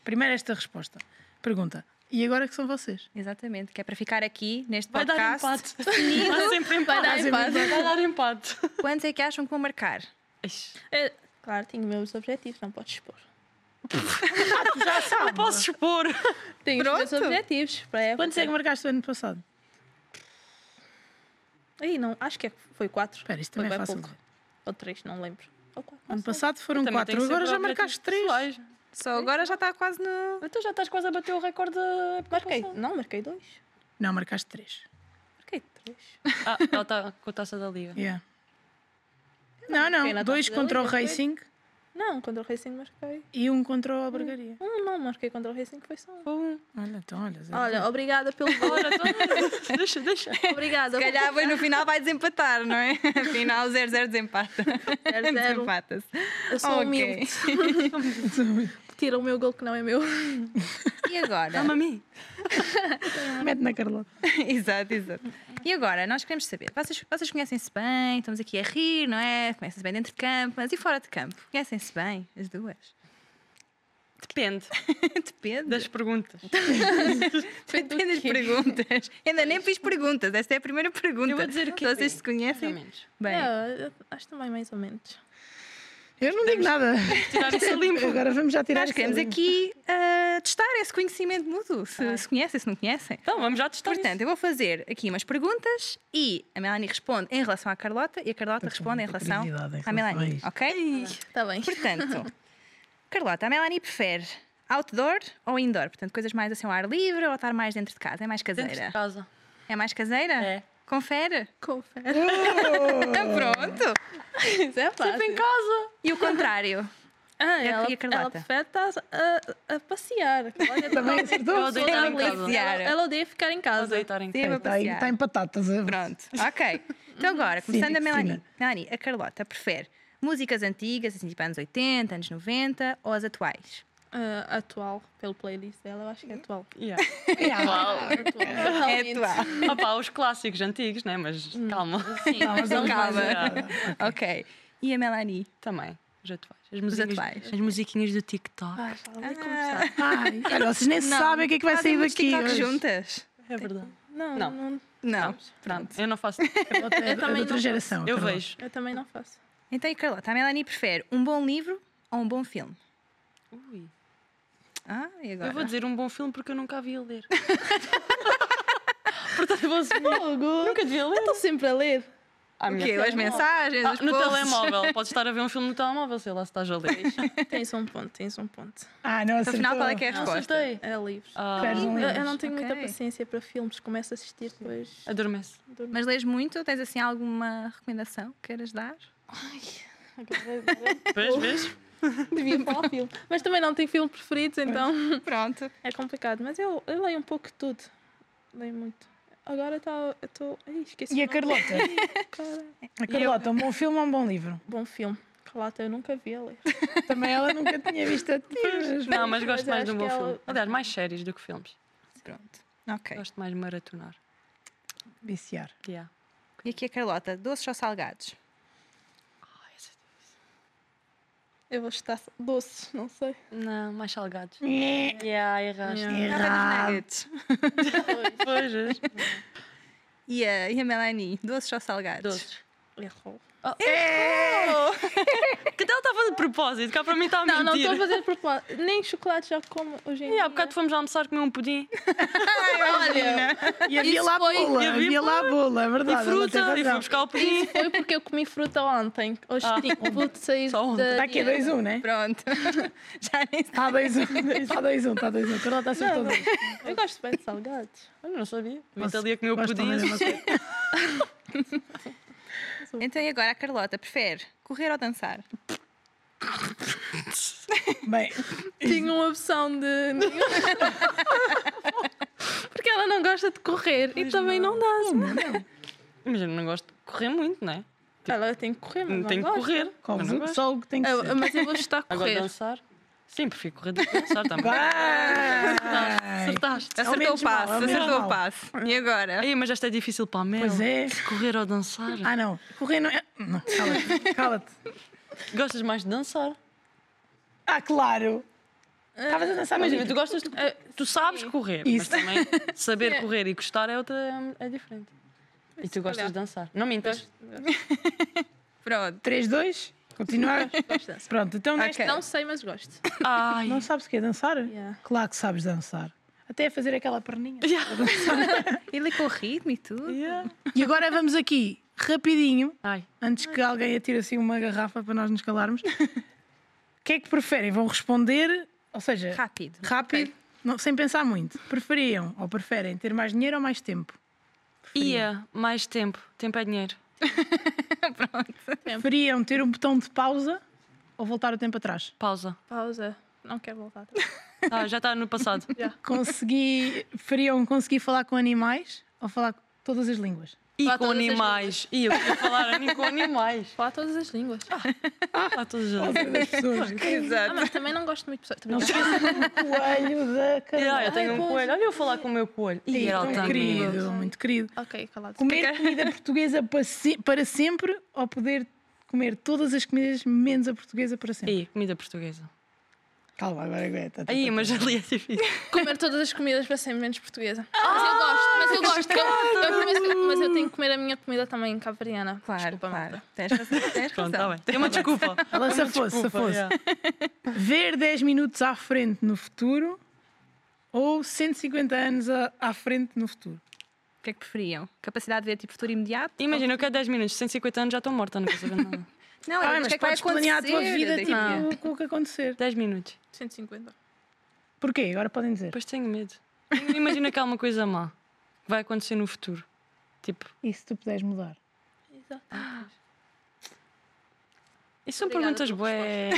Speaker 2: Primeiro esta resposta. Pergunta. E agora que são vocês?
Speaker 1: Exatamente. Que é para ficar aqui neste
Speaker 3: Vai dar
Speaker 1: podcast.
Speaker 3: empate. Vai sempre empate.
Speaker 4: dar empate.
Speaker 3: Vai dar empate.
Speaker 1: Quantos é que acham que vou marcar?
Speaker 3: Ixi,
Speaker 4: É, claro, tenho meus objetivos, não podes expor.
Speaker 2: Já sabes.
Speaker 3: Posso expor.
Speaker 4: Tenho os meus
Speaker 1: Pronto.
Speaker 4: objetivos para a época.
Speaker 2: Quantos é que marcaste o ano passado?
Speaker 4: Aí não, acho que é- foi quatro.
Speaker 2: Espera, isto
Speaker 4: Foi
Speaker 2: também é
Speaker 4: bem
Speaker 2: fácil. Um
Speaker 4: pouco. Ou três, não lembro. Ou quatro.
Speaker 2: Ano passado foram
Speaker 3: Também
Speaker 2: quatro,
Speaker 3: tenho
Speaker 2: agora
Speaker 3: sempre
Speaker 2: já marcaste
Speaker 3: objetivos
Speaker 2: três.
Speaker 3: pessoais.
Speaker 1: Só agora já está quase no.
Speaker 3: Então já estás quase a bater o recorde da época
Speaker 4: Marquei,
Speaker 3: passada.
Speaker 4: não, marquei dois.
Speaker 2: Não, marcaste três.
Speaker 4: Marquei três.
Speaker 3: Ah, ela está com a taça da liga.
Speaker 2: Yeah.
Speaker 1: Então,
Speaker 2: Não,
Speaker 4: marquei
Speaker 2: não.
Speaker 4: na
Speaker 2: Dois
Speaker 4: Taça da
Speaker 2: contra o
Speaker 4: Liga, foi?
Speaker 2: Racing
Speaker 4: Não, contra o Racing marquei.
Speaker 2: e um contra o Albergaria.
Speaker 4: Um não, marquei contra o Racing, foi só um.
Speaker 3: Bom.
Speaker 2: Olha, então, olha. zero.
Speaker 1: Ah.
Speaker 4: Olha, obrigada pelo gol.
Speaker 3: Ora, então, deixa, deixa.
Speaker 4: obrigada.
Speaker 1: Se calhar vai no final vai desempatar, não é? Afinal, 0-0 desempata.
Speaker 4: Zero, zero.
Speaker 1: Desempata-se.
Speaker 4: Eu sou
Speaker 1: Ok.
Speaker 4: humilde. Tira o meu gol que não é meu.
Speaker 1: E agora?
Speaker 3: Dá-me a mim.
Speaker 2: Mete na Carlota.
Speaker 1: exato, exato. E agora, nós queremos saber, vocês, vocês conhecem-se bem, estamos aqui a rir, não é? Conhecem-se bem dentro de campo, mas e fora de campo? Conhecem-se bem, as duas?
Speaker 3: Depende
Speaker 1: Depende.
Speaker 3: das perguntas.
Speaker 1: Depende das perguntas. Ainda nem fiz perguntas, esta é a primeira pergunta.
Speaker 3: Eu vou dizer o quê?
Speaker 1: Vocês se conhecem?
Speaker 3: menos.
Speaker 1: Bem,
Speaker 4: É, eu acho também mais ou menos.
Speaker 2: Eu não digo nada.
Speaker 3: Tirar isso a limpo.
Speaker 2: Agora vamos já tirar
Speaker 1: nós
Speaker 2: essa
Speaker 1: queremos
Speaker 2: linha.
Speaker 1: aqui ah, testar esse conhecimento mútuo, se, se conhecem, se não conhecem.
Speaker 3: Então, vamos já testar
Speaker 1: Portanto, eu vou fazer aqui umas perguntas e a Melanie responde em relação à Carlota e a Carlota
Speaker 2: Eu tenho
Speaker 1: responde em
Speaker 2: Então, muita
Speaker 1: relação
Speaker 2: curiosidade em
Speaker 1: à
Speaker 2: relação a
Speaker 1: Melanie,
Speaker 2: isto.
Speaker 1: ok?
Speaker 4: Tá bem.
Speaker 1: Portanto, Carlota, a Melanie prefere outdoor ou indoor? Portanto, coisas mais assim ao ar livre ou estar mais dentro de casa? É mais
Speaker 3: isso.
Speaker 1: caseira?
Speaker 3: Dentro de casa.
Speaker 1: É mais caseira?
Speaker 3: É.
Speaker 1: Confere?
Speaker 4: Confere.
Speaker 1: Então pronto.
Speaker 4: Isso é fácil.
Speaker 3: Sempre em casa.
Speaker 1: E o contrário?
Speaker 4: Ah,
Speaker 1: Eu
Speaker 4: ela,
Speaker 1: queria Carlota.
Speaker 4: ela prefere estar a, a passear. Olha,
Speaker 2: Também acertou.
Speaker 3: Eu odeio estar em casa.
Speaker 4: ela, ela odeia ficar em
Speaker 3: Vou
Speaker 4: casa.
Speaker 3: deitar em casa.
Speaker 1: Sim, vou
Speaker 2: Está, tá em-
Speaker 1: passear.
Speaker 2: está em patatas. a-
Speaker 1: Pronto, ok. Então agora, começando a
Speaker 2: Cristina.
Speaker 1: Melanie. Melanie, a Carlota prefere Músicas antigas, assim, tipo anos 80, anos 90 ou as atuais?
Speaker 4: Ah, atual, pelo playlist dela, eu acho que é atual.
Speaker 3: Yeah.
Speaker 4: Atual,
Speaker 2: É
Speaker 4: realmente.
Speaker 1: É
Speaker 3: Opa, os clássicos antigos, né? Mas calma.
Speaker 2: Não, mas não
Speaker 1: Calma.
Speaker 3: Obrigada.
Speaker 1: ok. E a Melanie?
Speaker 3: Também, os atuais. Ah, As
Speaker 1: atuais.
Speaker 3: As musiquinhas do TikTok.
Speaker 4: Ai, Ah, fala, nem conversar.
Speaker 2: Ai, olha, vocês nem sabem o que é que vai sair
Speaker 1: Fazemos
Speaker 2: daqui.
Speaker 1: TikTok
Speaker 2: hoje.
Speaker 1: juntas?
Speaker 3: É verdade.
Speaker 4: Não,
Speaker 3: Não.
Speaker 4: não.
Speaker 1: Não.
Speaker 3: Pronto, eu não faço.
Speaker 2: Outra- é de
Speaker 4: também
Speaker 2: outra
Speaker 4: não
Speaker 2: geração.
Speaker 3: Eu
Speaker 2: Carol.
Speaker 3: vejo.
Speaker 4: eu também não faço.
Speaker 1: Então, e Carlota, a Melanie prefere um bom livro ou um bom filme?
Speaker 3: Ui.
Speaker 1: Ah, e agora?
Speaker 3: Eu vou dizer um bom filme porque eu nunca a vi a ler. Portanto, eu vou assumir. Nunca devia ler.
Speaker 4: Eu estou sempre a ler.
Speaker 3: Ah,
Speaker 1: o
Speaker 3: minha
Speaker 1: quê?
Speaker 3: filha.
Speaker 1: As mensagens?
Speaker 3: Ah,
Speaker 1: os
Speaker 3: no
Speaker 1: posts?
Speaker 3: telemóvel. Podes estar a ver um filme no telemóvel, sei lá se estás a ler.
Speaker 4: Tens um ponto, tens um ponto.
Speaker 2: Ah, não, um
Speaker 1: Então, Afinal, qual é que é a
Speaker 3: Não
Speaker 1: resposta?
Speaker 3: acertei.
Speaker 4: É livros.
Speaker 3: Ah,
Speaker 2: Espera.
Speaker 4: Eu,
Speaker 2: Não lembro.
Speaker 4: eu não tenho muita
Speaker 1: Ok.
Speaker 4: paciência para filmes, começo a assistir depois.
Speaker 3: adormece.
Speaker 4: adormeço.
Speaker 1: Mas lês muito? Tens assim alguma recomendação que queiras dar?
Speaker 3: Vês, vês?
Speaker 4: Devia falar filme. Mas também não tenho filme preferido, então
Speaker 1: Pronto.
Speaker 4: é complicado. Mas eu, eu leio um pouco de tudo. Leio muito. Agora tá- eu estou. Esqueci.
Speaker 2: E
Speaker 4: o
Speaker 2: a
Speaker 4: nome.
Speaker 2: Carlota?
Speaker 4: Cara,
Speaker 2: A Carlota, um bom filme ou um bom livro?
Speaker 4: Bom filme. Relata, eu nunca vi a ler.
Speaker 2: Também ela nunca tinha visto a ti.
Speaker 3: Não,
Speaker 4: Mas
Speaker 3: mas gosto
Speaker 4: eu
Speaker 3: mais
Speaker 4: acho
Speaker 3: de um bom
Speaker 4: que ela-
Speaker 3: filme. Aliás, mais séries do que filmes.
Speaker 1: Pronto. Ok.
Speaker 3: Gosto mais de maratonar.
Speaker 2: Viciar.
Speaker 3: Yeah.
Speaker 1: E aqui a Carlota, doces ou salgados?
Speaker 4: Eu vou estar doces, não sei.
Speaker 3: Não, mais salgados.
Speaker 2: Errado.
Speaker 3: Yeah, erraste.
Speaker 1: Ah, nuggets.
Speaker 3: Pois, vês?
Speaker 1: E a, e a Melanie, doces ou salgados?
Speaker 3: Doces. Oh,
Speaker 4: Errou.
Speaker 3: Que tal estava de propósito? Cá para mim está a
Speaker 4: Não,
Speaker 3: mentir.
Speaker 4: não estou a fazer propósito. Nem chocolate já como hoje em
Speaker 3: E há
Speaker 4: dia.
Speaker 3: bocado fomos almoçar comer um pudim
Speaker 4: Olha,
Speaker 2: E havia lá
Speaker 4: foi-
Speaker 2: bola,
Speaker 3: e havia
Speaker 2: havia lá bola, é verdade.
Speaker 3: e
Speaker 2: ela tem
Speaker 3: fruta e
Speaker 2: razão.
Speaker 3: fui buscar o pudim.
Speaker 4: foi porque eu comi fruta ontem. Hoje
Speaker 3: Ah.
Speaker 4: tinha. Vou sair
Speaker 3: Só ontem. Tá
Speaker 4: da
Speaker 2: Está aqui 2-1, um, né?
Speaker 1: Pronto. Já nem
Speaker 2: Está 2-1, está 2-1, está 2-1. Carlota está acertou dois.
Speaker 4: Eu gosto bem de salgados.
Speaker 3: Olha, tá não sabia. Vim
Speaker 2: Gosto-
Speaker 3: ali a comer o
Speaker 2: gosto
Speaker 3: pudim.
Speaker 2: também da mesma coisa.
Speaker 1: Então e agora a Carlota prefere correr ou dançar?
Speaker 2: Bem,
Speaker 4: Tinha uma opção de. nenhum. Porque ela não gosta de correr e também não, dança.
Speaker 3: Mas eu não gosto de correr muito, não é?
Speaker 4: Ela tem que correr, mas
Speaker 3: Não
Speaker 4: não
Speaker 3: tenho que
Speaker 4: gosta.
Speaker 3: correr.
Speaker 2: com um
Speaker 3: mas não
Speaker 2: o
Speaker 3: gosto.
Speaker 2: sol que tem que
Speaker 4: Eu-
Speaker 2: ser.
Speaker 4: É, mas eu vou estar a
Speaker 3: Agora
Speaker 4: correr.
Speaker 3: dançar. Sim, prefiro correr do que dançar também.
Speaker 2: Vai!
Speaker 3: Acertaste.
Speaker 2: Ao
Speaker 1: Acertou
Speaker 2: menos
Speaker 1: o passo,
Speaker 2: mal, ao menos
Speaker 1: acertou o
Speaker 2: mal.
Speaker 1: passo. E agora?
Speaker 3: Aí, É mas esta é difícil para a Mel.
Speaker 2: Pois é.
Speaker 3: Correr ou dançar?
Speaker 2: Ah, não. Correr não é. Não, cala-te, cala-te.
Speaker 3: Gostas mais de dançar?
Speaker 2: Ah, claro! Estavas a dançar
Speaker 3: Ah, Imagina,
Speaker 2: mesmo.
Speaker 3: tu gostas de... Ah, Tu sabes correr,
Speaker 2: Isso.
Speaker 3: mas também saber
Speaker 4: É.
Speaker 3: correr e gostar é, outra, é diferente. E tu gostas
Speaker 4: calhar.
Speaker 3: de dançar. Não mintas.
Speaker 1: Pronto.
Speaker 2: 3, 2, continuar.
Speaker 4: Gosto de dançar.
Speaker 2: Pronto, então nesta.
Speaker 1: Ok.
Speaker 4: Não sei, mas gosto.
Speaker 3: Ai.
Speaker 2: Não sabes o que é dançar?
Speaker 4: Yeah.
Speaker 2: Claro que sabes dançar. Até fazer aquela perninha.
Speaker 1: Ele é com o ritmo e tudo.
Speaker 3: Yeah.
Speaker 2: E agora vamos aqui, rapidinho,
Speaker 3: Ai.
Speaker 2: antes que alguém atire assim uma garrafa para nós nos calarmos. O que é que preferem? Vão responder, ou seja,
Speaker 1: Rápido.
Speaker 2: rápido, não- sem pensar muito. Preferiam ou preferem ter mais dinheiro ou mais tempo?
Speaker 3: Ia, mais tempo. Tempo é dinheiro.
Speaker 2: Preferiam ter um botão de pausa ou voltar o tempo atrás?
Speaker 3: Pausa.
Speaker 4: Pausa. Não quero voltar.
Speaker 3: Ah, já está no passado.
Speaker 2: Consegui, preferiam conseguir falar com animais ou falar todas as línguas?
Speaker 3: E
Speaker 4: Falar
Speaker 3: com
Speaker 4: todas as
Speaker 3: animais. E eu queria falar ani- com animais.
Speaker 4: Falar todas as línguas.
Speaker 3: Falar todas as línguas.
Speaker 2: Todas as pessoas.
Speaker 4: Ah,
Speaker 1: Exato.
Speaker 4: mas também não gosto muito de pessoas. Também
Speaker 2: Não
Speaker 4: não.
Speaker 2: se esqueçam do coelho da
Speaker 3: Ah,
Speaker 2: cara.
Speaker 3: eu tenho um coelho. Olha eu falar com o meu coelho. E era
Speaker 2: Muito
Speaker 3: altamente.
Speaker 2: querido, muito querido.
Speaker 4: Ok, calado.
Speaker 2: Comer comida portuguesa pa- se- para sempre ou poder comer todas as comidas menos a portuguesa para sempre?
Speaker 3: E comida portuguesa.
Speaker 2: Calma, agora aguenta. tá,
Speaker 3: Aí, mas ali é difícil.
Speaker 4: Comer todas as comidas para ser menos portuguesa. mas eu gosto, mas eu gosto. Eu- eu prometo- mas eu tenho que comer a minha comida também cavariana.
Speaker 1: Claro,
Speaker 4: Desculpa,
Speaker 1: claro.
Speaker 4: malta.
Speaker 1: Tens razão. Tens
Speaker 3: Pronto, está
Speaker 1: razão.
Speaker 3: bem. Tem É uma desculpa.
Speaker 2: Ela se fosse, se
Speaker 3: Desculpa,
Speaker 2: fosse.
Speaker 3: yeah.
Speaker 2: Ver 10 minutos à frente no futuro ou 150 anos a- à frente no futuro?
Speaker 1: O que é que preferiam? Capacidade de ver tipo futuro imediato?
Speaker 3: Imagina, eu quero 10 minutos, 150 anos já estou morta, não vou saber nada.
Speaker 1: Não,
Speaker 2: Ah,
Speaker 1: é o
Speaker 2: mas
Speaker 1: que é que vai
Speaker 2: podes planear a tua
Speaker 1: acontecer,
Speaker 2: vida
Speaker 1: daqui
Speaker 2: tipo,
Speaker 1: a-
Speaker 3: Não.
Speaker 2: com o que acontecer.
Speaker 3: 10 minutos.
Speaker 4: 150.
Speaker 2: Porquê? Agora podem dizer.
Speaker 3: Depois tenho medo. Imagina que há uma coisa má que vai acontecer no futuro. Tipo,
Speaker 2: E se tu puderes mudar?
Speaker 4: Exato.
Speaker 3: isso são
Speaker 4: Obrigada
Speaker 3: perguntas
Speaker 4: pela
Speaker 3: bué.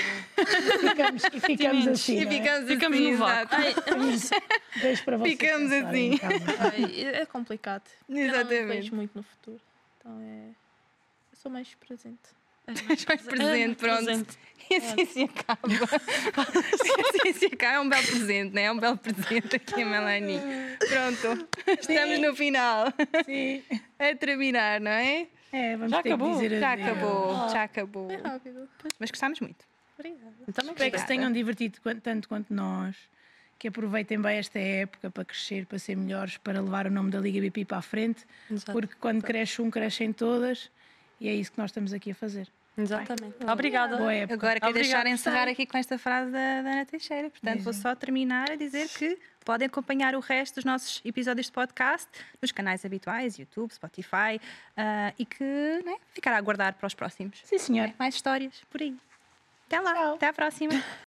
Speaker 2: Ficamos, e ficamos
Speaker 3: Mentes.
Speaker 2: assim.
Speaker 1: E
Speaker 2: não é?
Speaker 1: ficamos,
Speaker 3: Ficamos
Speaker 1: assim,
Speaker 3: no vácuo.
Speaker 1: exato.
Speaker 4: Ai, eu não sei.
Speaker 2: Deixo para vocês
Speaker 1: Ficamos
Speaker 2: pensarem,
Speaker 1: assim.
Speaker 2: calma.
Speaker 4: Ai, é complicado. Eu não
Speaker 1: Exatamente.
Speaker 4: vejo muito no futuro. Então é. Eu sou mais presente.
Speaker 1: Mas mais presente, pronto.
Speaker 3: presente.
Speaker 1: E assim se acaba. assim se acaba. É um belo presente, não é? É um belo presente aqui a Melanie. Pronto, estamos no final.
Speaker 2: Sim.
Speaker 1: A terminar, não é?
Speaker 2: É, vamos
Speaker 3: Já
Speaker 2: ter
Speaker 3: acabou?
Speaker 2: que dizer
Speaker 1: Já
Speaker 2: adeus.
Speaker 1: acabou, já acabou.
Speaker 4: Bem rápido.
Speaker 1: Mas gostámos muito.
Speaker 4: Obrigada.
Speaker 3: Também
Speaker 2: Espero que se tenham divertido quan- tanto quanto nós, que aproveitem bem esta época para crescer, para ser melhores, para levar o nome da Liga BP para a frente,
Speaker 3: Exato.
Speaker 2: porque quando cresce um, crescem todas, e é isso que nós estamos aqui a fazer.
Speaker 3: Exatamente. Obrigada.
Speaker 2: Boa época.
Speaker 1: Agora quero deixar
Speaker 3: Obrigada.
Speaker 1: encerrar aqui com esta frase da, da Ana Teixeira. Portanto, vou só terminar a dizer que podem acompanhar o resto dos nossos episódios de podcast nos canais habituais, YouTube, Spotify, ah, e que né, ficará a aguardar para os próximos.
Speaker 2: Sim, senhor.
Speaker 1: Mais histórias por aí. Até lá,
Speaker 2: Tchau.
Speaker 1: até à próxima.